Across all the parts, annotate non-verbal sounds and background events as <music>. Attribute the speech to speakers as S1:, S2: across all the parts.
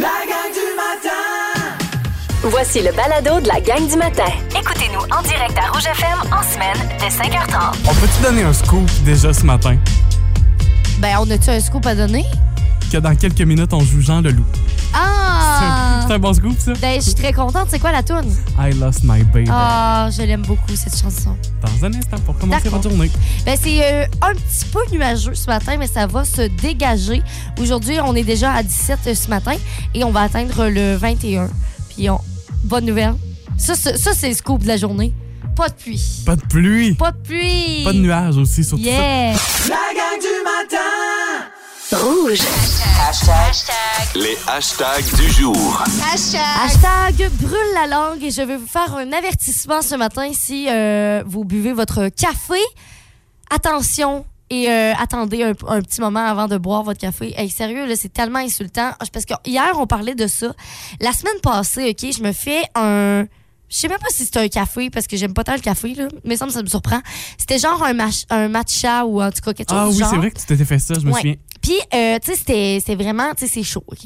S1: La gang du matin!
S2: Voici le balado de la gang du matin.
S3: Écoutez-nous en direct à Rouge FM en semaine dès 5h30.
S4: On peut-tu donner un scoop déjà ce matin?
S5: Ben, on a-tu un scoop à donner?
S4: Que dans quelques minutes, on joue Jean Leloup.
S5: Ah!
S4: C'est un bon scoop, ça?
S5: Ben, je suis très contente. C'est quoi la tourne?
S4: I lost my baby.
S5: Ah, je l'aime beaucoup, cette chanson.
S4: Dans un instant, pour commencer
S5: D'accord.
S4: votre journée.
S5: Ben, c'est euh, un petit peu nuageux ce matin, mais ça va se dégager. Aujourd'hui, on est déjà à 17 ce matin et on va atteindre le 21. Puis, on... bonne nouvelle. Ça, c'est- ça, c'est le scoop de la journée. Pas de pluie.
S4: Pas de pluie.
S5: Pas de pluie.
S4: Pas de nuages aussi, surtout ça.
S5: Yeah!
S1: La gang du matin!
S2: Rouge.
S6: Les hashtags du jour.
S5: Hashtag brûle la langue et je vais vous faire un avertissement ce matin si euh, vous buvez votre café. Attention et euh, attendez un, un petit moment avant de boire votre café. Hey, sérieux, là, c'est tellement insultant. Ah, Parce que hier, on parlait de ça. La semaine passée, OK, je me fais un. Je sais même pas si c'était un café parce que j'aime pas tant le café, là. Mais ça me, ça me surprend. C'était genre un, mach- un matcha ou en tout cas quelque chose
S4: Ah
S5: du
S4: oui,
S5: genre.
S4: c'est vrai que tu t'étais fait ça, je me
S5: Ouais.
S4: souviens.
S5: Puis, euh, tu sais, c'était- c'était vraiment, tu sais, c'est chaud, OK?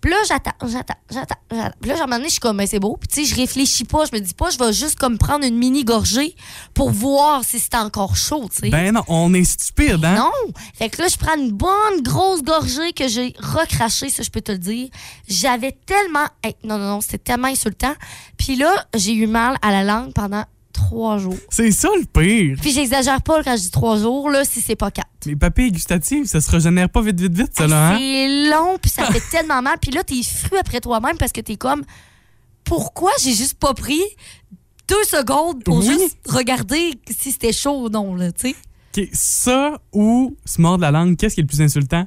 S5: Puis là, j'attends, j'attends, j'attends, j'attends. Puis là, à un moment donné, je suis comme, mais c'est beau. Puis, tu sais, je réfléchis pas, je me dis pas, je vais juste comme prendre une mini gorgée pour voir si c'est encore chaud, tu sais.
S4: Ben non, on est stupide, hein?
S5: Non! Fait que là, je prends une bonne grosse gorgée que j'ai recrachée, ça, je peux te le dire. J'avais tellement. hey, non, non, non, c'était tellement insultant. Puis là, j'ai eu mal à la langue pendant trois jours.
S4: C'est ça le pire.
S5: Puis, j'exagère pas quand je dis trois jours, là, si c'est pas quatre.
S4: Les papilles gustatives, ça se régénère pas vite, vite, vite, ça, là, hein?
S5: Ah, C'est long, puis ça fait <laughs> tellement mal. Puis là, t'es fru après toi-même parce que t'es comme, pourquoi j'ai juste pas pris deux secondes pour
S4: Oui.
S5: juste regarder si c'était chaud ou non, là, tu sais?
S4: OK, Ça ou se mordre la langue, qu'est-ce qui est le plus insultant?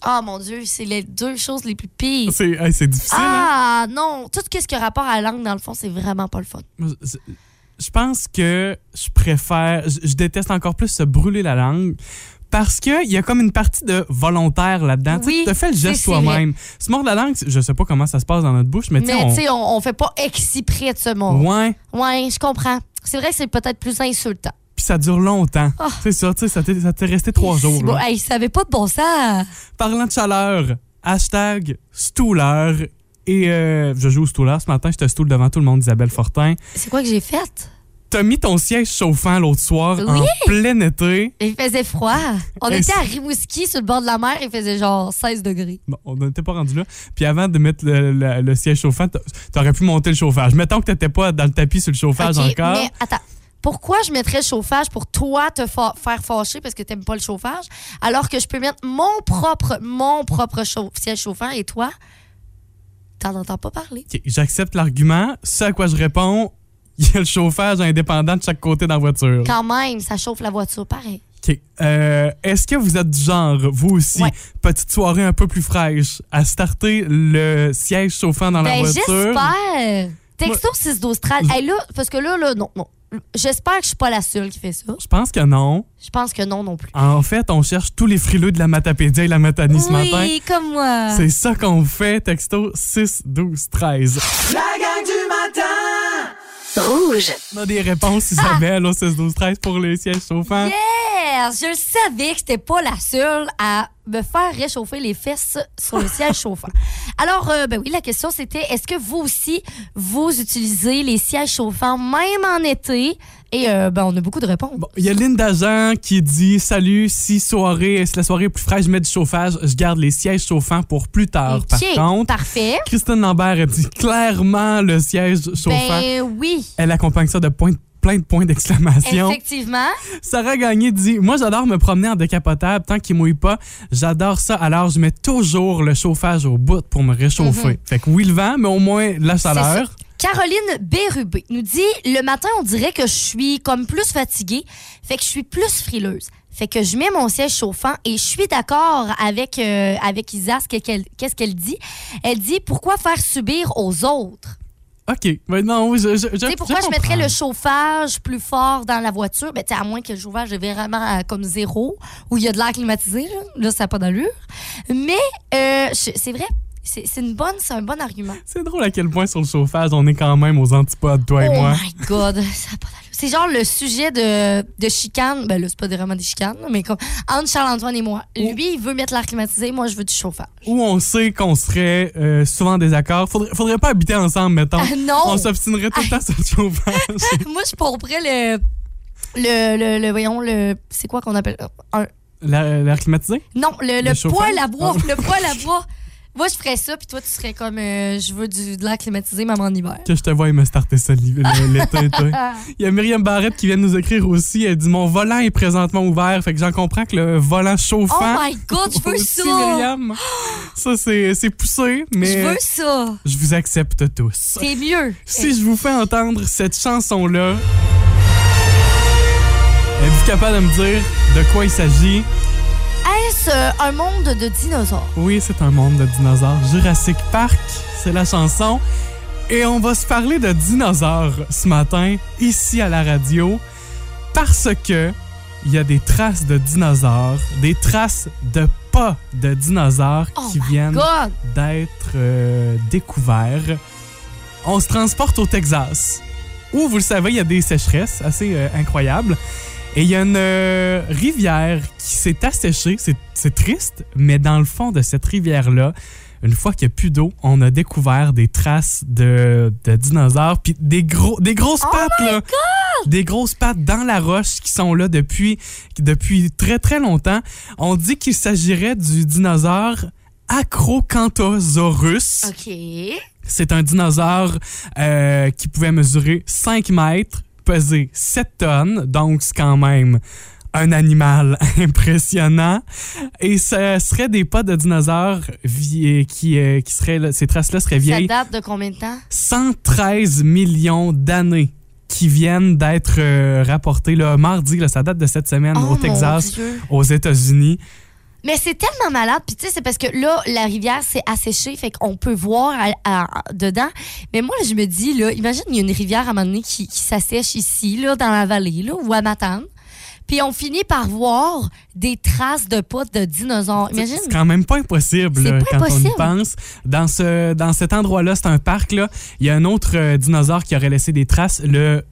S5: Ah, mon Dieu, c'est les deux choses les plus pires.
S4: C'est hey, c'est difficile, hein?
S5: Ah, non! Tout ce qui a rapport à la langue, dans le fond, c'est vraiment pas le fun.
S4: Moi, Je je pense que je préfère, je, je déteste encore plus se brûler la langue parce qu'il y a comme une partie de volontaire là-dedans.
S5: Oui,
S4: tu te fais le
S5: c'est-
S4: geste
S5: c'est vrai.
S4: toi-même. Se mordre la langue, c'est- je sais pas comment ça se passe dans notre bouche, mais tu sais,
S5: Mais, tu
S4: on...
S5: sais, on, on fait pas exprès de ce monde.
S4: Ouais,
S5: Ouais, je comprends. C'est vrai que c'est peut-être plus insultant.
S4: puis ça dure longtemps.
S5: Ah.
S4: C'est ça, tu sais, ça t'est ça t'est resté trois jours.
S5: C'est bon.
S4: là.
S5: Hey, ça avait pas de bon sens.
S4: Parlant de chaleur, hashtag stouleur. Et euh, je joue au stouleur ce matin, je te stoule devant tout le monde, Isabelle Fortin.
S5: C'est quoi que j'ai fait?
S4: T'as mis ton siège chauffant l'autre soir en
S5: Oui.
S4: plein été.
S5: Il faisait froid. On
S4: Est-ce-
S5: était à Rimouski, sur le bord de la mer, il faisait genre 16 degrés.
S4: Bon, on n'était pas rendu là. Puis avant de mettre le, le- le siège chauffant, t'a- t'aurais pu monter le chauffage. Mettons que t'étais pas dans le tapis sur le chauffage
S5: Ok,
S4: encore.
S5: Mais attends, pourquoi je mettrais le chauffage pour toi te fa- faire fâcher parce que t'aimes pas le chauffage, alors que je peux mettre mon propre, mon propre chau- siège chauffant et toi, t'en entends pas parler.
S4: Ok, J'accepte l'argument. Ce à quoi je réponds, <laughs> il y a le chauffage indépendant de chaque côté dans la voiture.
S5: Quand même, ça chauffe la voiture pareil.
S4: OK. Euh, Est-ce que vous êtes du genre, vous aussi,
S5: Ouais.
S4: petite soirée un peu plus fraîche, à starter le siège chauffant dans la
S5: Ben,
S4: voiture?
S5: j'espère. Texto 6 12 13. Hey, là, parce que là, là, non, non. J'espère que je suis pas la seule qui fait ça.
S4: Je pense que non.
S5: Je pense que non non plus.
S4: En fait, on cherche tous les frileux de la Matapédia et la Matanie ce matin.
S5: Oui, comme moi.
S4: C'est ça qu'on fait, texto 6, 12, 13.
S1: La gang du matin!
S2: Rouge.
S4: On a des réponses,
S5: Ah!
S4: Isabelle, au 16 12 13 pour les sièges chauffants.
S5: Yes! Je le savais que c'était pas la seule à me faire réchauffer les fesses sur le siège chauffant. Alors, euh, ben oui, la question c'était est-ce que vous aussi, vous utilisez les sièges chauffants même en été? Et euh, ben, on a beaucoup de réponses.
S4: Bon, il y a Linda Jean qui dit Salut, si, soirée, si la soirée est plus fraîche, je mets du chauffage, je garde les sièges chauffants pour plus tard.
S5: Ok,
S4: Par contre,
S5: parfait.
S4: Christine Lambert a dit clairement le siège chauffant.
S5: Ben oui,
S4: Elle accompagne ça de point- plein de points d'exclamation.
S5: effectivement.
S4: Sarah Gagné dit Moi, j'adore me promener en décapotable tant qu'il mouille pas. J'adore ça, alors je mets toujours le chauffage au bout pour me réchauffer.
S5: Mm-hmm.
S4: Fait que oui, le vent, mais au moins la chaleur.
S5: Caroline Bérubé nous dit Le matin, on dirait que je suis comme plus fatiguée, fait que je suis plus frileuse. Fait que je mets mon siège chauffant et je suis d'accord avec, euh, avec Isa, ce que- qu'elle- qu'est-ce qu'elle dit. Elle dit Pourquoi faire subir aux autres
S4: OK. Mais non, je, je, je,
S5: Tu sais, pourquoi je mettrais
S4: comprends.
S5: le chauffage plus fort dans la voiture ben, tu sais, À moins que le chauffage est vraiment à comme zéro, où il y a de l'air climatisé, là, Là, ça n'a pas d'allure. Mais euh, je- c'est vrai, C'est c'est une bonne, c'est un bon argument.
S4: C'est drôle à quel point sur le chauffage, on est quand même aux antipodes, toi et
S5: oh
S4: moi.
S5: my God, ça a pas d'allure. C'est genre le sujet de, de chicane. Ben là, c'est pas vraiment des chicanes, mais comme entre Charles-Antoine et moi.
S4: Oh.
S5: Lui, il veut mettre l'air climatisé, moi, je veux du chauffage.
S4: Où on sait qu'on serait euh, souvent en désaccord. Faudrait, faudrait pas habiter ensemble, mettons.
S5: Ah, <laughs> non!
S4: Oh.
S5: Ah.
S4: On s'obstinerait tout le temps sur le chauffage. <laughs>
S5: moi, je pourrais le. Le, le, le- voyons, le. C'est quoi qu'on appelle. Un-
S4: L'air l'air climatisé?
S5: non, le, le
S4: Le chauffage?
S5: poêle à bois.
S4: Ah.
S5: Le poêle à bois. Moi, je ferais ça, puis toi, tu serais comme. euh, je veux du, de l'air climatisé, maman, en hiver.
S4: Que je te vois, il me starter ça l'hi- le- l'été, toi.
S5: <laughs> Ah.
S4: Il y a Myriam Barrette qui vient de nous écrire aussi. Elle dit Mon volant est présentement ouvert. Fait que j'en comprends que le volant
S5: Oh
S4: chauffant.
S5: my God, je veux
S4: aussi,
S5: ça!
S4: Myriam. Ça, c'est c'est poussé,
S5: Je
S4: mais
S5: veux ça!
S4: je vous accepte tous.
S5: C'est mieux!
S4: Si je vous fais entendre cette chanson-là, êtes-vous capable de me dire de quoi il s'agit?
S5: Est-ce euh, un monde de dinosaures?
S4: Oui, c'est un monde de dinosaures. Jurassic Park, c'est la chanson. Et on va se parler de dinosaures ce matin, ici à la radio, parce que il y a des traces de dinosaures, des traces de pas de dinosaures
S5: Oh
S4: qui viennent
S5: God!
S4: d'être euh, découvert. On se transporte au Texas, où, vous le savez, il y a des sécheresses assez euh, incroyables. Et il y a une euh, rivière qui s'est asséchée. C'est- C'est triste, mais dans le fond de cette rivière-là, une fois qu'il n'y a plus d'eau, on a découvert des traces de, de dinosaures, puis des, gros, des grosses pattes, là. Des grosses pattes dans la roche qui sont là depuis, depuis très, très longtemps. On dit qu'il s'agirait du dinosaure Acrocanthosaurus.
S5: OK.
S4: C'est un dinosaure euh, qui pouvait mesurer 5 mètres, peser 7 tonnes, donc c'est quand même un animal <laughs> impressionnant. Et ce serait des pas de dinosaures vie- qui, euh, qui seraient, là- ces traces-là seraient
S5: Ça
S4: vieilles
S5: date de combien de temps?
S4: 113 millions d'années qui viennent d'être euh, rapportées là, mardi, là, ça date de cette semaine
S5: Oh,
S4: au
S5: mon
S4: Texas,
S5: Dieu.
S4: aux États-Unis.
S5: Mais c'est tellement malade. Puis tu sais, c'est parce que là, la rivière s'est asséchée, fait qu'on peut voir à- à- dedans. Mais moi, je me dis, là, imagine, il y a une rivière à un moment donné qui, qui s'assèche ici, là, dans la vallée, là, ou à Matane. Puis on finit par voir des traces de potes de dinosaures.
S4: C'est-
S5: Imagine.
S4: C'est quand même pas impossible
S5: C'est
S4: euh,
S5: pas
S4: quand on
S5: impossible.
S4: y pense. Dans, ce, dans cet endroit-là, c'est un parc, là. il y a un autre euh, dinosaure qui aurait laissé des traces, le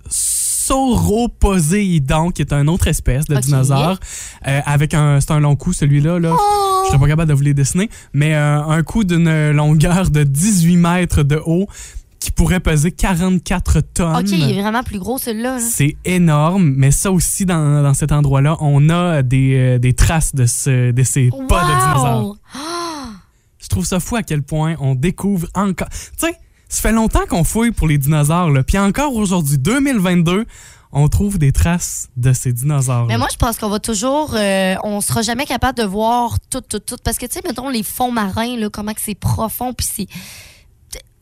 S4: Sauroposéidon, qui est une autre espèce de
S5: Ok.
S4: dinosaure. euh, avec un, c'est un long cou, celui-là. Là.
S5: Oh!
S4: Je serais pas capable de vous les dessiner, mais euh, un coup d'une longueur de 18 mètres de haut qui pourrait peser 44 tonnes.
S5: OK, il est vraiment plus gros, celui-là. là.
S4: C'est énorme, mais ça aussi, dans, dans cet endroit-là, on a des, euh, des traces de, ce, de ces pas de
S5: Wow! Ah!
S4: dinosaures. Je trouve ça fou à quel point on découvre encore. Tu sais, ça fait longtemps qu'on fouille pour les dinosaures, là. Puis encore aujourd'hui, 2022, on trouve des traces de ces dinosaures.
S5: Mais moi, je pense qu'on va toujours. euh, on sera jamais capable de voir tout, tout, tout. Parce que, tu sais, mettons, les fonds marins, là, comment que c'est profond, puis c'est.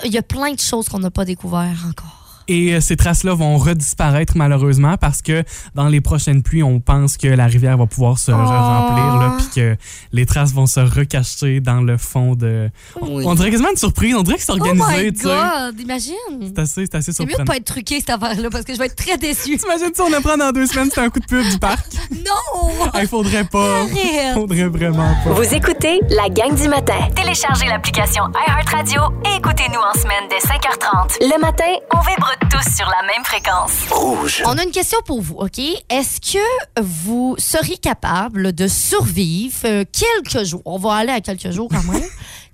S5: Il y a plein de choses qu'on n'a pas découvert encore.
S4: Et euh, ces traces-là vont redisparaître malheureusement parce que dans les prochaines pluies, on pense que la rivière va pouvoir se
S5: Ah.
S4: remplir, là, puis que les traces vont se recacher dans le fond de. On-
S5: Oui.
S4: On dirait quasiment une surprise, on dirait que c'est
S5: Oh
S4: organisé,
S5: my
S4: tu sais.
S5: God! Imagine!
S4: C'est assez, c'est assez
S5: C'est mieux de
S4: surprenant.
S5: pas être truqué, cette affaire-là, parce que je vais être
S4: <laughs>
S5: très déçue.
S4: T'imagines si on apprend dans deux semaines, c'est un coup de pub du parc?
S5: <laughs> non!
S4: Il faudrait pas.
S5: Arrête.
S4: Faudrait vraiment pas.
S2: Vous écoutez la gang du matin.
S3: Téléchargez l'application iHeartRadio et écoutez-nous en semaine dès 5h30.
S2: Le matin,
S3: On vibre tous sur la même fréquence.
S5: On a une question pour vous, OK? Est-ce que vous seriez capable de survivre euh, quelques jours? On va aller à quelques jours quand même.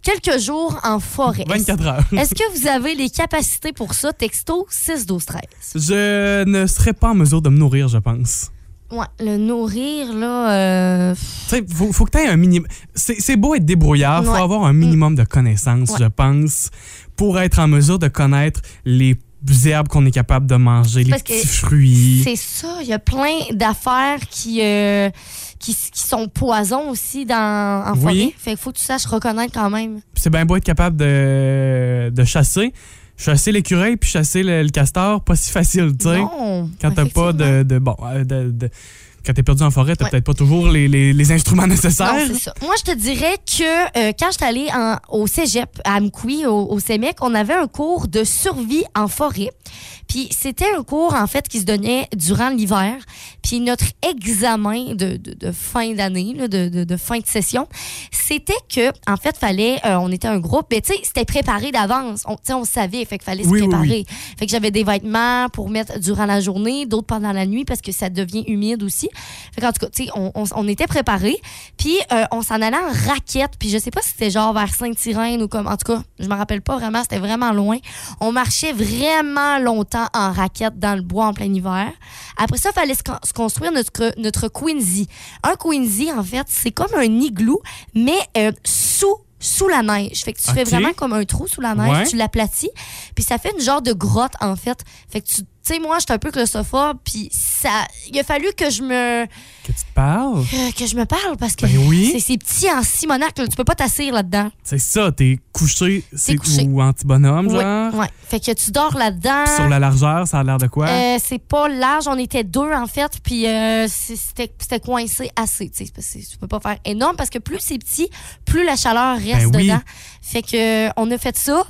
S5: quelques jours en forêt.
S4: 24 heures.
S5: Est-ce que vous avez les capacités pour ça, texto 6 12 13
S4: Je ne serais pas en mesure de me nourrir, je pense.
S5: Ouais, le nourrir là euh,
S4: Tu sais, faut, faut que t'aies un minimum. C'est c'est beau être débrouillard, faut
S5: Ouais.
S4: avoir un minimum de connaissances,
S5: Ouais.
S4: je pense, pour être en mesure de connaître les herbes qu'on est capable de manger, les
S5: parce que
S4: petits fruits.
S5: c'est ça, il y a plein d'affaires qui euh, qui, qui sont poison aussi dans en
S4: Oui.
S5: forêt. Fait qu'il faut que tu saches reconnaître quand même.
S4: Puis C'est bien beau être capable de, de chasser. Chasser l'écureuil puis chasser le, le castor, pas si facile, tu sais.
S5: Non.
S4: Quand t'as pas
S5: effectivement.
S4: de, de- bon, euh, de, de- quand t'es perdu en forêt, t'as
S5: Ouais.
S4: peut-être pas toujours les, les- les instruments nécessaires.
S5: Non, c'est ça. Moi, je te dirais que euh, quand j'étais allée en- au cégep, à Amkoui, au, au CEMEC, on avait un cours de survie en forêt. Puis c'était un cours, en fait, qui se donnait durant l'hiver. Puis notre examen de, de- de fin d'année, là, de, de- de fin de session, c'était que, en fait, fallait, euh, on était un groupe, mais tu sais, c'était préparé d'avance. On, tu sais, on savait, fait qu'il fallait
S4: Oui,
S5: se
S4: oui, oui.
S5: préparer. Fait que j'avais des vêtements pour mettre durant la journée, d'autres pendant la nuit parce que ça devient humide aussi. Fait qu'en tout cas, tu sais, on, on- on était préparés. Puis euh, on s'en allait en raquette. Puis je sais pas si c'était genre vers Saint-Irène ou comme. En tout cas, je me rappelle pas vraiment, c'était vraiment loin. On marchait vraiment longtemps en raquette dans le bois en plein hiver. Après ça, il fallait se, con- se construire notre, notre Quincy. Un Quincy, en fait, c'est comme un igloo, mais euh, sous sous la neige. Fait que tu fais
S4: Ok.
S5: vraiment comme un trou sous la neige,
S4: Ouais.
S5: tu l'aplatis, puis ça fait une genre de grotte en fait. Fait que tu tu sais moi, j'étais un peu claustrophobe, puis ça il a fallu que je me
S4: Que tu te parles.
S5: que, que je me parle parce que
S4: Ben oui.
S5: c'est c'est petit en simonac, là, tu peux pas t'asseoir là-dedans.
S4: C'est ça, t'es couché, c'est
S5: couché.
S4: ou anti-bonhomme,
S5: Ouais,
S4: genre.
S5: ouais. Fait que tu dors là-dedans.
S4: Sur la largeur, ça a l'air de quoi?
S5: Euh, c'est pas large, on était deux en fait, puis euh, c'est- c'était c'était coincé assez, tu sais, parce que tu peux pas faire énorme parce que plus c'est petit, plus la chaleur reste
S4: Ben oui.
S5: dedans. Fait que euh, on a fait ça,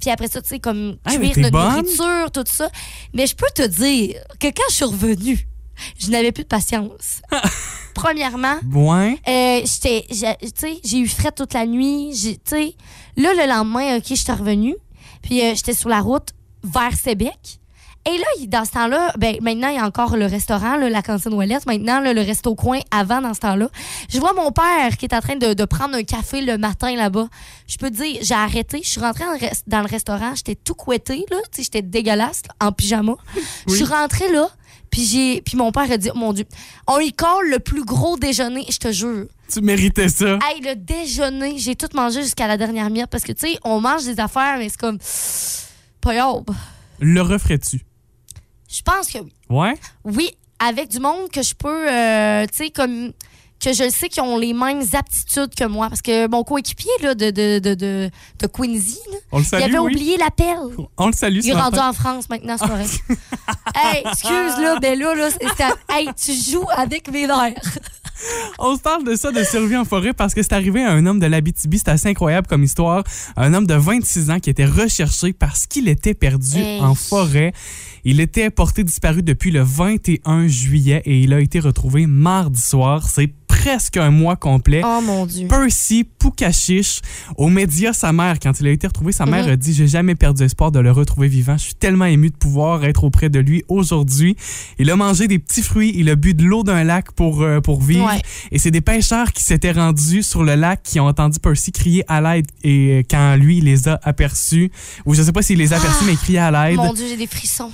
S5: puis après ça, tu sais, comme
S4: Ah, mais
S5: cuire
S4: t'es
S5: notre
S4: bonne.
S5: nourriture, tout ça. Mais je peux te dire que quand je suis revenue, je n'avais plus
S4: <laughs>
S5: de patience. Premièrement,
S4: Ouais.
S5: euh, j'étais, j'ai- tu sais, j'ai eu fret toute la nuit. j'ai- Tu sais, là, le lendemain, OK, j'étais revenue. Puis euh, j'étais sur la route vers Sébec. Et là, il- dans ce temps-là, ben, maintenant, il y a encore le restaurant, là, la cantine Ouellette. Maintenant, là, le resto coin, avant, dans ce temps-là. Je vois mon père qui est en train de, de prendre un café le matin là-bas. Je peux te dire, j'ai arrêté. Je suis rentrée en res- dans le restaurant. J'étais tout couettée, là. Tu sais, j'étais dégueulasse, là, en pyjama. Je suis rentrée là. Puis, j'ai, puis mon père a dit, mon Dieu, on y colle le plus gros déjeuner, je te jure.
S4: Tu méritais ça.
S5: Hey, le déjeuner, j'ai tout mangé jusqu'à la dernière miette parce que, tu sais, on mange des affaires, mais c'est comme. Pas yob.
S4: Le referais-tu?
S5: Je pense que oui.
S4: Ouais.
S5: Oui, avec du monde que je peux, euh, tu sais, comme. Que je le sais qu'ils ont les mêmes aptitudes que moi. Parce que mon coéquipier là, de, de, de, de, de Quincy, là,
S4: On le
S5: il
S4: salue,
S5: avait
S4: oui.
S5: oublié l'appel.
S4: On le salue,
S5: Il est
S4: ce
S5: rendu
S4: matin.
S5: en France maintenant,
S4: <laughs>
S5: c'est correct. hey, excuse,
S4: Ah.
S5: là, ben là, là, c'est- c'est- Hey, tu joues avec mes nerfs.
S4: On se parle de ça, de survie en forêt, parce que c'est arrivé à un homme de l'Abitibi. C'est assez incroyable comme histoire. Un homme de 26 ans qui était recherché parce qu'il était perdu
S5: Hey.
S4: en forêt. Il était porté disparu depuis le 21 juillet et il a été retrouvé mardi soir. C'est presque un mois complet.
S5: Oh mon Dieu.
S4: Percy Poukachiche. Aux médias, sa mère, quand il a été retrouvé, sa mère
S5: Mhm.
S4: a dit J'ai jamais perdu espoir de le retrouver vivant. Je suis tellement ému de pouvoir être auprès de lui aujourd'hui. Il a mangé des petits fruits, il a bu de l'eau d'un lac pour, euh, pour vivre.
S5: Ouais.
S4: Et c'est des pêcheurs qui s'étaient rendus sur le lac qui ont entendu Percy crier à l'aide. Et euh, quand lui, il les a aperçus, ou je sais pas s'il les a aperçus, mais il criait à l'aide.
S5: Ah! Mon Dieu, j'ai des frissons.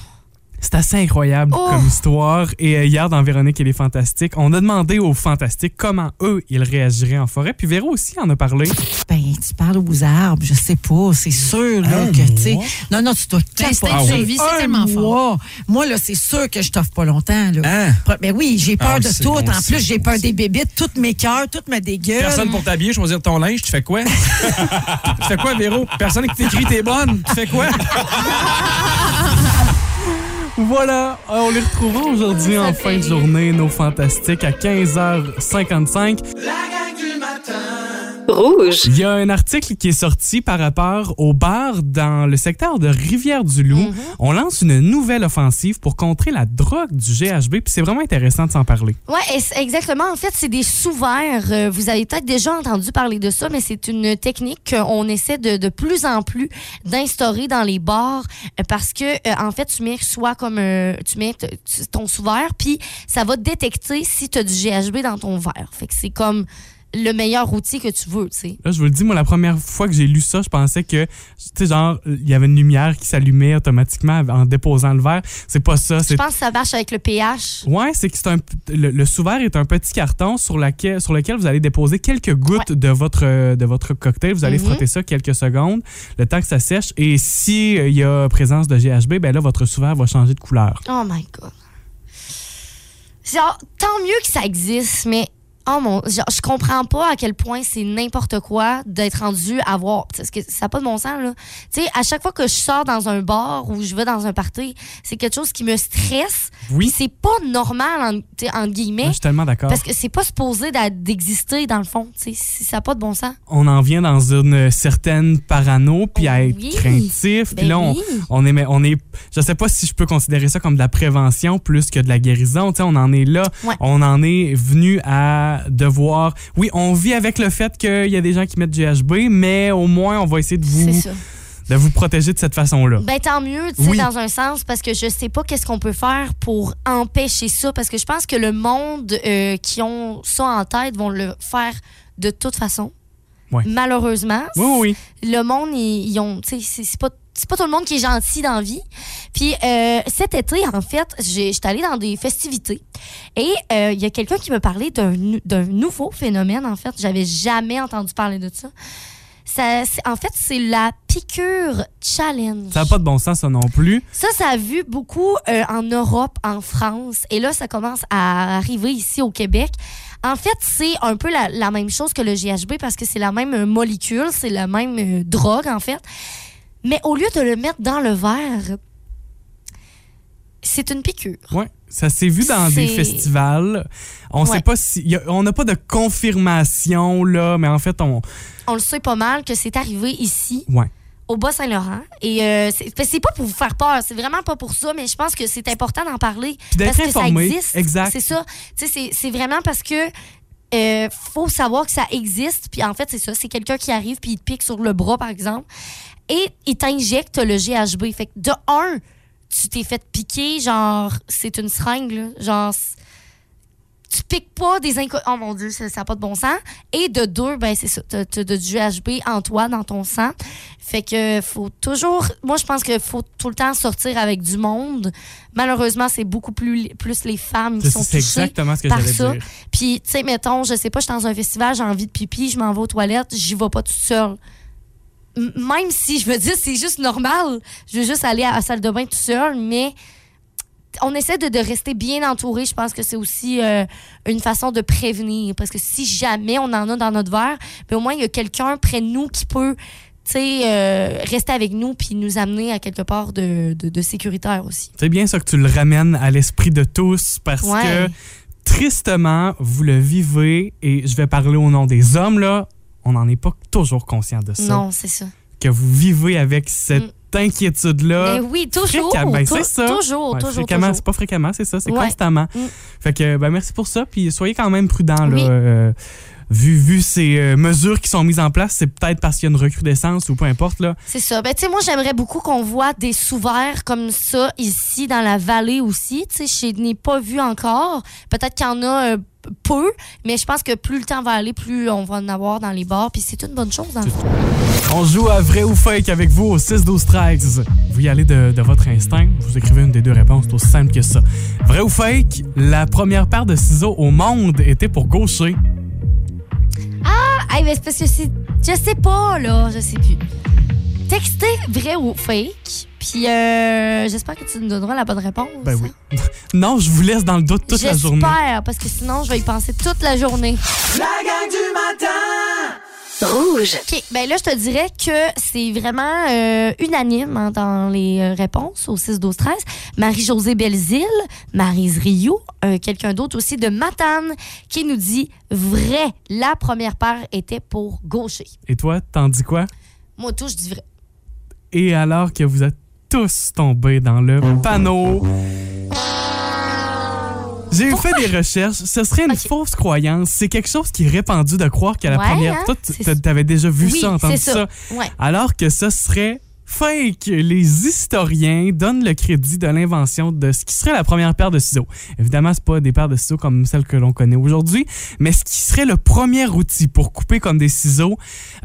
S4: C'est assez incroyable
S5: Oh!
S4: comme histoire. Et euh, hier, dans Véronique et les Fantastiques, on a demandé aux Fantastiques comment eux, ils réagiraient en forêt. Puis Véro aussi en a parlé.
S7: Ben, tu parles aux arbres, je sais pas, c'est sûr là, que tu sais. Non, non, tu dois
S8: L'instinct de
S7: capoter.
S8: survie, c'est
S7: Un
S8: tellement fort.
S7: mois. Moi, là, c'est sûr que je t'offre pas longtemps. Là.
S9: Hein?
S7: Pro- Ben oui, j'ai peur
S9: Ah,
S7: de
S9: c'est-
S7: tout.
S9: on le
S7: En
S9: sait,
S7: plus, j'ai
S9: on
S7: peur
S9: le
S7: des bébites, toutes mes cœurs, toutes mes dégueules.
S9: Personne pour t'habiller, choisir ton linge, tu fais
S4: <laughs>
S9: quoi? tu fais quoi, Véro? Personne qui t'écrit t'es bonne, tu fais quoi?
S4: Voilà, euh, on les retrouvera aujourd'hui en fin de journée, nos Fantastiques, à 15h55.
S1: La gang du matin.
S2: Rouge.
S4: Il y a un article qui est sorti par rapport aux bars dans le secteur de Rivière-du-Loup. On lance une nouvelle offensive pour contrer la drogue du GHB, puis c'est vraiment intéressant de s'en parler.
S5: Oui, exactement. En fait, c'est des sous-verts. Euh, Vous avez peut-être déjà entendu parler de ça, mais c'est une technique qu'on essaie de, de plus en plus d'instaurer dans les bars euh, parce que, euh, en fait, tu mets soit comme euh, tu mets t- t- ton sous-verre, puis ça va détecter si tu as du GHB dans ton verre. Fait que c'est comme le meilleur outil que tu veux, tu sais.
S4: Là, je vous le dis, moi, la première fois que j'ai lu ça, je pensais que, tu sais, genre, il y avait une lumière qui s'allumait automatiquement en déposant le verre. C'est pas ça.
S5: Je
S4: C'est.
S5: pense que ça marche avec le pH.
S4: Ouais, c'est que c'est un p- le, le sous-verre est un petit carton sur laquelle sur lequel vous allez déposer quelques gouttes de votre euh, de votre cocktail, vous allez
S5: Mhm.
S4: frotter ça quelques secondes, le temps que ça sèche et si euh, il y a présence de GHB, ben là votre sous-verre va changer de couleur.
S5: Oh my God. Genre, tant mieux que ça existe, mais Oh mon, genre, je comprends pas à quel point c'est n'importe quoi d'être rendu à voir. Parce que ça n'a pas de bon sens, là. Tu sais, à chaque fois que je sors dans un bar ou je vais dans un party, c'est quelque chose qui me stresse.
S4: Oui.
S5: Puis C'est pas normal, en, tu sais, entre
S4: Moi,
S5: guillemets.
S4: Je suis tellement d'accord.
S5: Parce que c'est pas supposé d'a- d'exister dans le fond. tu sais. C'est- Ça n'a pas de bon sens.
S4: On en vient dans une certaine parano, puis à être
S5: Oui.
S4: craintif, puis
S5: Ben
S4: là, on,
S5: oui.
S4: on est, mais on est, je sais pas si je peux considérer ça comme de la prévention plus que de la guérison. Tu sais, on en est là.
S5: Ouais.
S4: On en est venu à devoir. Oui, on vit avec le fait qu'il y a des gens qui mettent du HB, mais au moins, on va essayer de
S5: C'est
S4: vous,
S5: ça.
S4: de vous protéger de cette façon-là.
S5: Ben tant mieux, tu sais,
S4: Oui.
S5: dans un sens, parce que je sais pas qu'est-ce qu'on peut faire pour empêcher ça, parce que je pense que le monde euh, qui ont ça en tête vont le faire de toute façon.
S4: Ouais.
S5: Malheureusement,
S4: Oui, oui, oui.
S5: le monde, ils, ils ont, tu sais, c'est c'est pas c'est pas tout le monde qui est gentil dans la vie. Puis euh, cet été, en fait, j'ai- j'étais allée dans des festivités et euh, il y a quelqu'un qui me parlait d'un nou- d'un nouveau phénomène, en fait. J'avais jamais entendu parler de ça. ça c'est- en fait, c'est la piqûre challenge.
S4: Ça n'a pas de bon sens, ça non plus.
S5: Ça, ça a vu beaucoup euh, en Europe, en France. Et là, ça commence à arriver ici au Québec. En fait, c'est un peu la, la même chose que le GHB parce que c'est la même euh, molécule, c'est la même euh, drogue, en fait. Mais au lieu de le mettre dans le verre, c'est une piqûre.
S4: Ouais. Ça s'est vu dans des
S5: Ah. C'est-
S4: festivals. On
S5: Ouais.
S4: sait pas si. y a- on n'a pas de confirmation, là, mais en fait, on.
S5: On le sait pas mal que c'est arrivé ici.
S4: Ouais.
S5: au Bas-Saint-Laurent. Et euh, c'est fait que c'est pas pour vous faire peur, c'est vraiment pas pour ça, mais je pense que c'est important d'en parler.
S4: Puis d'être
S5: parce que
S4: informé,
S5: ça existe.
S4: exact.
S5: C'est ça. Tu sais, c'est- c'est vraiment parce que. euh, faut savoir que ça existe. Puis en fait, c'est ça. C'est quelqu'un qui arrive puis il te pique sur le bras, par exemple, et il t'injecte le GHB. Fait que de un, tu t'es fait piquer, genre, c'est une seringue, là. Genre, c'est- tu piques pas des inconnus. Oh mon Dieu, ça n'a pas de bon sens. Et de deux, ben c'est ça, t'as t'as de- du GHB en toi, dans ton sang. Fait que faut toujours. Moi, je pense qu'il faut tout le temps sortir avec du monde. Malheureusement, c'est beaucoup plus, plus les femmes qui
S4: C'est
S5: sont
S4: c'est
S5: touchées.
S4: exactement ce que
S5: par
S4: j'allais
S5: ça.
S4: dire.
S5: Puis, tu sais, mettons, je sais pas, je suis dans un festival, j'ai envie de pipi, je m'en vais aux toilettes, j'y vais pas toute seule. M- même si je me dis, c'est juste normal, je veux juste aller à la salle de bain toute seule, mais on essaie de, de rester bien entouré. Je pense que c'est aussi euh, une façon de prévenir. Parce que si jamais on en a dans notre verre, ben au moins, il y a quelqu'un près de nous qui peut. tu sais, euh, rester avec nous puis nous amener à quelque part de, de- de sécuritaire aussi.
S4: C'est bien ça que tu le ramènes à l'esprit de tous parce
S5: Ouais.
S4: que tristement, vous le vivez et je vais parler au nom des hommes là, on n'en est pas toujours conscient de ça.
S5: Non, c'est ça.
S4: Que vous vivez avec cette inquiétude là.
S5: Mais Eh oui, toujours.
S4: fréquemment, ben,
S5: tou-
S4: c'est ça.
S5: Toujours,
S4: Ouais,
S5: toujours,
S4: fréquemment,
S5: toujours.
S4: c'est pas fréquemment, c'est ça, c'est
S5: Ouais.
S4: constamment.
S5: Mm.
S4: Fait que ben merci pour ça puis soyez quand même prudents là.
S5: Oui.
S4: euh, Vu, vu ces euh, mesures qui sont mises en place, c'est peut-être parce qu'il y a une recrudescence ou peu importe. Là.
S5: C'est ça. Ben, tu sais, moi, j'aimerais beaucoup qu'on voit des sous-verts comme ça ici, dans la vallée aussi. Tu sais, je n'ai pas vu encore. Peut-être qu'il y en a euh, peu, mais je pense que plus le temps va aller, plus on va en avoir dans les bars. Puis c'est une bonne chose, hein. dans le fond.
S4: On joue à vrai ou fake avec vous au 6-12-13. Vous y allez de, de votre instinct, vous écrivez une des deux réponses, c'est aussi simple que ça. Vrai ou fake, la première paire de ciseaux au monde était pour gaucher.
S5: Hey, ben, c'est parce que c'est. Je sais pas, là. Je sais plus. Textez vrai ou fake. Puis euh, j'espère que tu nous donneras la bonne réponse.
S4: Ben oui. <laughs> Non, je vous laisse dans le doute toute la journée.
S5: J'espère, parce que sinon, je vais y penser toute la journée.
S1: La gang du matin
S2: Rouge.
S5: OK. Ben là, je te dirais que c'est vraiment euh, unanime hein, dans les euh, réponses au 6-12-13. Marie-Josée Belzile, Marise Rio, euh, quelqu'un d'autre aussi de Matane qui nous dit vrai. La première paire était pour gaucher.
S4: Et toi, t'en dis quoi?
S5: Moi, tout, je dis vrai.
S4: Et alors que vous êtes tous tombés dans le panneau. J'ai fait des recherches. Ce serait une
S5: Ok.
S4: fausse croyance. C'est quelque chose qui est répandu de croire que la
S5: Ouais,
S4: première.
S5: hein?
S4: Toi,
S5: C'est-
S4: tu avais déjà vu
S5: oui,
S4: ça, entendu
S5: c'est ça. Ouais.
S4: alors que ce serait fake. Les historiens donnent le crédit de l'invention de ce qui serait la première paire de ciseaux. Évidemment, c'est pas des paires de ciseaux comme celles que l'on connaît aujourd'hui, mais ce qui serait le premier outil pour couper comme des ciseaux,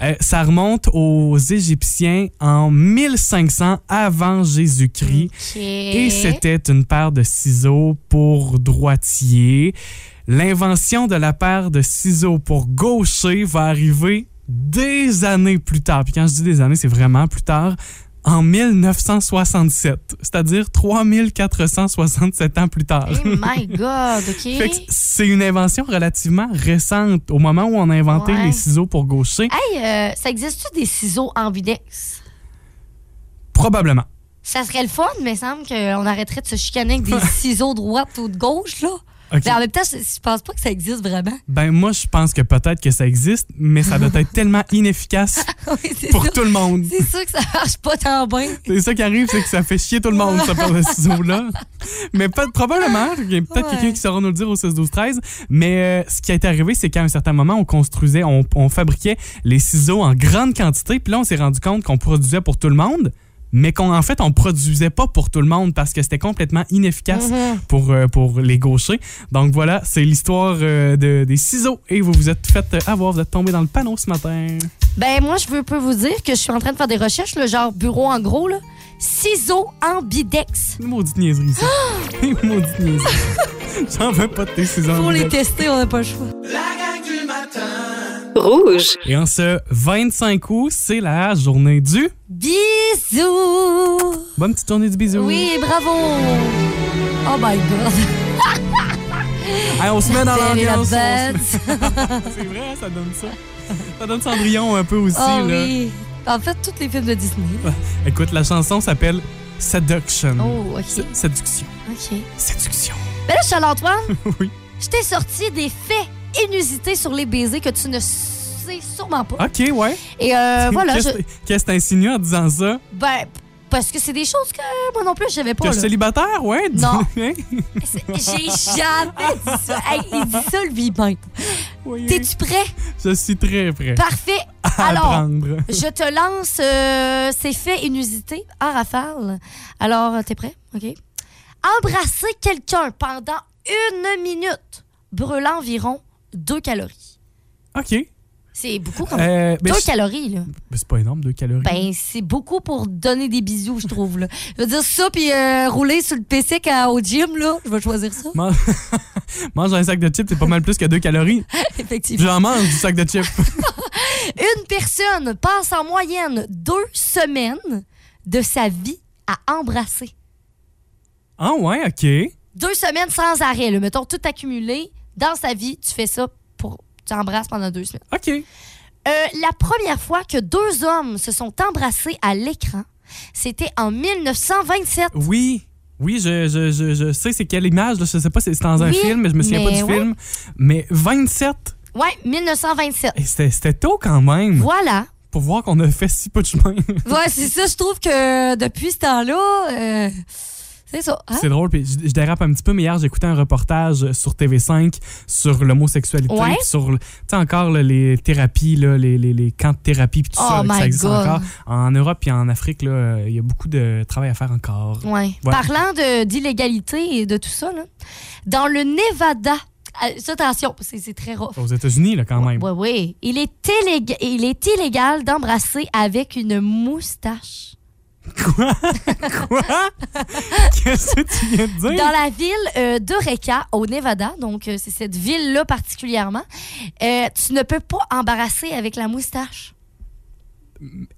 S4: euh, ça remonte aux Égyptiens en 1500 avant Jésus-Christ.
S5: OK.
S4: Et c'était une paire de ciseaux pour droitier. L'invention de la paire de ciseaux pour gaucher va arriver des années plus tard. Puis quand je dis des années, c'est vraiment plus tard. en 1967, c'est-à-dire 3467 ans plus tard.
S5: Oh my God,
S4: <laughs>
S5: OK.
S4: Fait que c'est une invention relativement récente au moment où on a inventé
S5: Ouais.
S4: les ciseaux pour gaucher,
S5: Hey, euh, ça existe-tu des ciseaux ambidextres?
S4: probablement.
S5: Ça serait le fun, mais il semble qu'on arrêterait de se chicaner avec
S4: <laughs>
S5: des ciseaux de droite ou de gauche, là.
S4: OK.
S5: Mais en même temps, je je pense pas que ça existe vraiment. <laughs>
S4: Ben moi je pense que peut-être que ça existe, mais ça doit être tellement inefficace
S5: Oui, c'est
S4: pour
S5: sûr.
S4: tout le monde.
S5: C'est sûr que ça marche pas tant bien.
S4: C'est ça qui arrive, c'est que ça fait chier tout le monde, ça parle de ciseaux là. Mais peut- probablement, il y a peut-être
S5: Ouais.
S4: quelqu'un qui saura nous le dire au 16-12-13. Mais euh, ce qui a été arrivé, c'est qu'à un certain moment, on construisait, on, on fabriquait les ciseaux en grande quantité. Puis là, on s'est rendu compte qu'on produisait pour tout le monde, mais qu'en fait, on produisait pas pour tout le monde parce que c'était complètement inefficace pour, euh, pour les gauchers. Donc voilà, c'est l'histoire euh, de- des ciseaux. Et vous vous êtes fait euh, avoir, vous êtes tombé dans le panneau ce matin.
S5: Ben, moi, je veux pas vous dire que je suis en train de faire des recherches, le genre bureau en gros, là. Ciseaux ambidex.
S4: Une maudite niaiserie,
S5: <gasps>
S4: ça. Une maudite niaiserie.
S5: <laughs>
S4: J'en veux pas de tes ciseaux.
S5: Pour les
S4: Isabelle.
S5: tester, on n'a pas le choix.
S1: La gang du matin.
S2: Rouge.
S4: Et en ce 25 août, c'est la journée du.
S5: Bisous!
S4: Bonne petite journée du bisou.
S5: Oui, bravo! Oh my God!
S4: Hey, on se met dans
S5: Belle et la
S4: l'ambiance. on
S5: bête.
S4: se- C'est vrai, ça donne ça. Ça donne Cendrillon un peu aussi.
S5: Oh
S4: là.
S5: oui! En fait, tous les films de Disney.
S4: Écoute, la chanson s'appelle Seduction.
S5: Oh, OK.
S4: Séduction.
S5: OK.
S4: Séduction.
S5: Ben là, Charles-Antoine,
S4: <laughs> Oui.
S5: je t'ai sorti des faits inusités sur les baisers que tu ne sais sûrement pas.
S4: OK, ouais.
S5: Et euh, voilà,
S4: Qu'est-ce
S5: je-
S4: qu'est-ce que t'insinues en disant ça?
S5: ben, parce que c'est des choses que moi non plus, je savais
S4: que
S5: pas.
S4: je suis
S5: là.
S4: célibataire, <laughs> ouais? dis-
S5: Non.
S4: Hein?
S5: C'est- J'ai jamais dit ça. Hey, il dit ça, le vivant.
S4: Oui, oui.
S5: T'es-tu prêt?
S4: Je suis très prêt
S5: Parfait.
S4: à
S5: Alors,
S4: prendre.
S5: je te lance euh, ces faits inusités en rafale. Alors, t'es prêt? OK. Embrasser quelqu'un pendant une minute brûle environ deux calories.
S4: OK.
S5: C'est beaucoup comme
S4: Euh, ben,
S5: deux
S4: je-
S5: calories, là.
S4: ben, c'est pas énorme, deux calories.
S5: Ben, c'est beaucoup pour donner des bisous, je trouve. Là. Je veux dire, ça, puis euh, rouler sur le PC quand- au gym, là, je vais choisir ça,
S4: Man- <laughs> mange un sac de chips, c'est pas mal plus que deux calories.
S5: effectivement.
S4: J'en mange du sac de chips.
S5: Une personne passe en moyenne deux semaines de sa vie à embrasser.
S4: Ah ouais, OK.
S5: Deux semaines sans arrêt, là. mettons, tout accumulé. Dans sa vie, tu fais ça pour... Tu embrasses pendant deux semaines.
S4: OK.
S5: Euh, la première fois que deux hommes se sont embrassés à l'écran, c'était en 1927.
S4: Oui. Oui, je, je, je, je sais c'est quelle image. Là. Je sais pas si c'est dans un
S5: Oui,
S4: film, mais je me souviens pas
S5: mais
S4: du
S5: ouais.
S4: film. Mais 27,
S5: Ouais, 1927.
S4: eh, c'était c'était tôt quand même
S5: Voilà.
S4: pour voir qu'on a fait si peu de chemin.
S5: Ouais, c'est ça, je trouve que depuis ce temps-là, euh, c'est ça. hein?
S4: C'est drôle. Puis je, je dérape un petit peu, mais hier, j'écoutais un reportage sur TV5 sur l'homosexualité,
S5: Ouais.
S4: puis sur le- tu sais, encore là, les thérapies, là, les, les, les camps de thérapie, puis tout
S5: Oh
S4: ça, là, que
S5: my
S4: ça existe
S5: God.
S4: encore. En Europe et en Afrique, là, euh, il y a beaucoup de travail à faire encore.
S5: Ouais.
S4: Ouais.
S5: Parlant de- d'illégalité et de tout ça, là, dans le Nevada, euh, ça, attention, c'est c'est très rough.
S4: Aux États-Unis, là, quand même.
S5: Oui, oui. Il est, illéga- il est illégal d'embrasser avec une moustache.
S4: <laughs> Quoi? Quoi? Qu'est-ce que tu viens de dire?
S5: Dans la ville euh, d'Eureka, au Nevada, donc euh, c'est cette ville-là particulièrement, euh, tu ne peux pas embarrasser avec la moustache.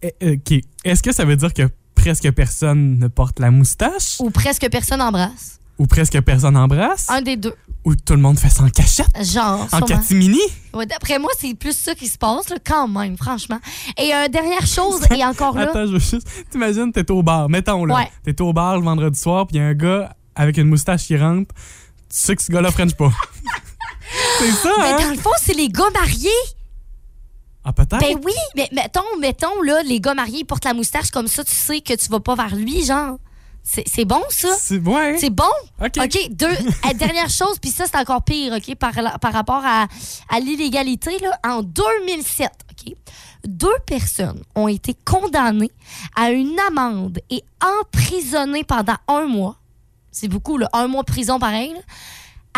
S4: Eh, OK. Est-ce que ça veut dire que presque personne ne porte la moustache?
S5: Ou presque personne embrasse.
S4: Ou presque personne embrasse?
S5: Un des deux.
S4: Ou tout le monde fait ça en cachette?
S5: Genre,
S4: En
S5: sûrement.
S4: catimini?
S5: Ouais, D'après moi, c'est plus ça qui se passe, là, quand même, franchement. Et euh, dernière chose, et encore là,
S4: Attends, je veux juste... T'imagines, t'es au bar. Mettons, là.
S5: Ouais.
S4: T'es au bar le vendredi soir, puis il y a un gars avec une moustache qui rentre. Tu sais que ce gars-là French pas. <laughs> C'est ça,
S5: ben,
S4: hein?
S5: dans le fond, c'est les gars mariés.
S4: Ah, peut-être?
S5: Ben oui, mais mettons, mettons, là, les gars mariés ils portent la moustache comme ça, tu sais que tu vas pas vers lui, genre. C'est c'est bon, ça?
S4: C'est... Ouais.
S5: C'est bon?
S4: OK.
S5: OK, deux. euh, dernière chose, puis ça, c'est encore pire, OK, par, la- par rapport à, à l'illégalité, là. En 2007, OK, deux personnes ont été condamnées à une amende et emprisonnées pendant un mois. C'est beaucoup, là. Un mois de prison, pareil. là.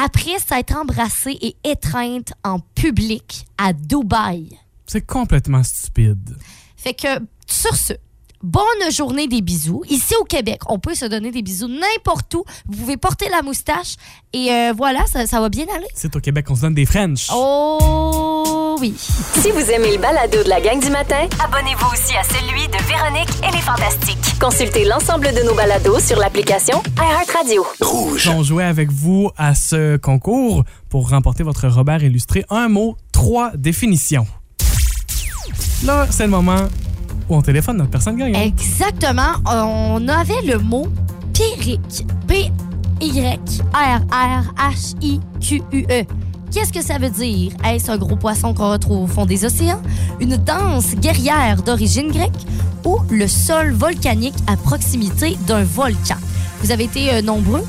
S5: Après s'être embrassées et étreintes en public à Dubaï.
S4: C'est complètement stupide.
S5: Fait que, sur ce, bonne journée des bisous. Ici au Québec, on peut se donner des bisous n'importe où. Vous pouvez porter la moustache et euh, voilà, ça, ça va bien aller.
S4: C'est au Québec qu'on se donne des French.
S5: Oh oui.
S2: Si vous aimez le balado de la gang du matin,
S3: Abonnez-vous aussi à celui de Véronique et les Fantastiques.
S2: consultez l'ensemble de nos balados sur l'application iHeartRadio.
S6: Rouge.
S4: On jouait avec vous à ce concours pour remporter votre Robert illustré. Un mot, trois définitions. Là, c'est le moment où on téléphone notre personne gagne. hein?
S5: Exactement. On avait le mot Pyrrhic. P-Y-R-R-H-I-Q-U-E. Qu'est-ce que ça veut dire? Est-ce un gros poisson qu'on retrouve au fond des océans? Une danse guerrière d'origine grecque? Ou le sol volcanique à proximité d'un volcan? Vous avez été euh, nombreux.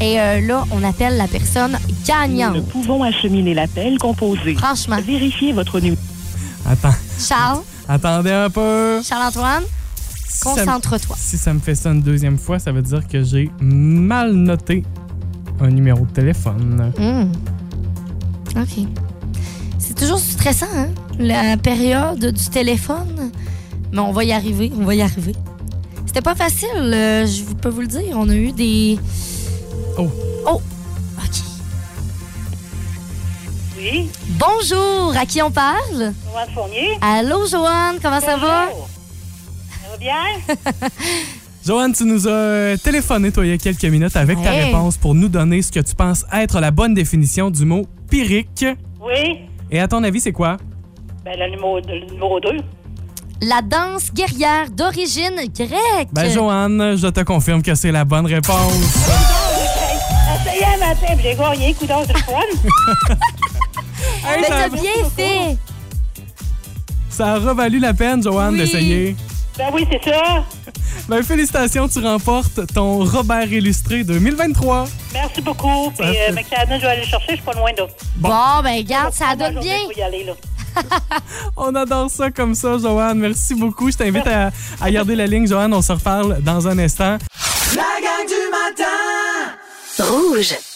S5: Et euh, là, on appelle la personne
S8: Nous ne
S5: gagnante.
S8: pouvons acheminer l'appel composé.
S5: Franchement,
S8: Vérifiez votre numéro.
S4: Attends,
S5: Charles,
S4: attendez un peu.
S5: Charles-Antoine,
S4: Si ça me-
S5: concentre-toi.
S4: Si ça me fait ça une deuxième fois, ça veut dire que j'ai mal noté un numéro de téléphone.
S5: Hmm. OK. C'est toujours stressant, hein? La période du téléphone. Mais on va y arriver, on va y arriver. C'était pas facile, euh, je vous- peux vous le dire. On a eu des.
S4: Oh.
S5: Oh! OK.
S8: Oui,
S5: Bonjour, à qui on parle?
S8: Joanne Fournier.
S5: Allô, Joanne, comment ça va?
S8: Bonjour. Ça va bien?
S4: Joanne, tu nous as téléphoné, toi, il y a quelques minutes avec ta
S5: Hey.
S4: réponse pour nous donner ce que tu penses être la bonne définition du mot pyrrhique.
S8: Oui.
S4: Et à ton avis, c'est quoi?
S8: Ben, le numéro, le numéro 2.
S5: La danse guerrière d'origine grecque.
S4: Ben, Joanne, je te confirme que c'est la bonne réponse.
S8: Ça y est, matin, puis j'ai gagné, coup d'or de
S5: <laughs>
S8: fun.
S5: Ben, t'as bien fait.
S4: Ça a revalu la peine, Joanne,
S5: Oui.
S4: d'essayer.
S8: Ben oui, c'est ça.
S4: Ben, félicitations, tu remportes ton Robert Illustré 2023.
S8: Merci beaucoup. Puis,
S4: fait-
S8: euh, McTavish, je vais aller le chercher, je suis pas loin, là.
S5: Bon, ben, garde, ça donne bien.
S8: Je vais y aller, là.
S4: On adore ça comme ça, Joanne. Merci beaucoup. Je t'invite à, à garder la ligne, Joanne. On se reparle dans un instant.
S1: La gang du matin
S2: Rouge.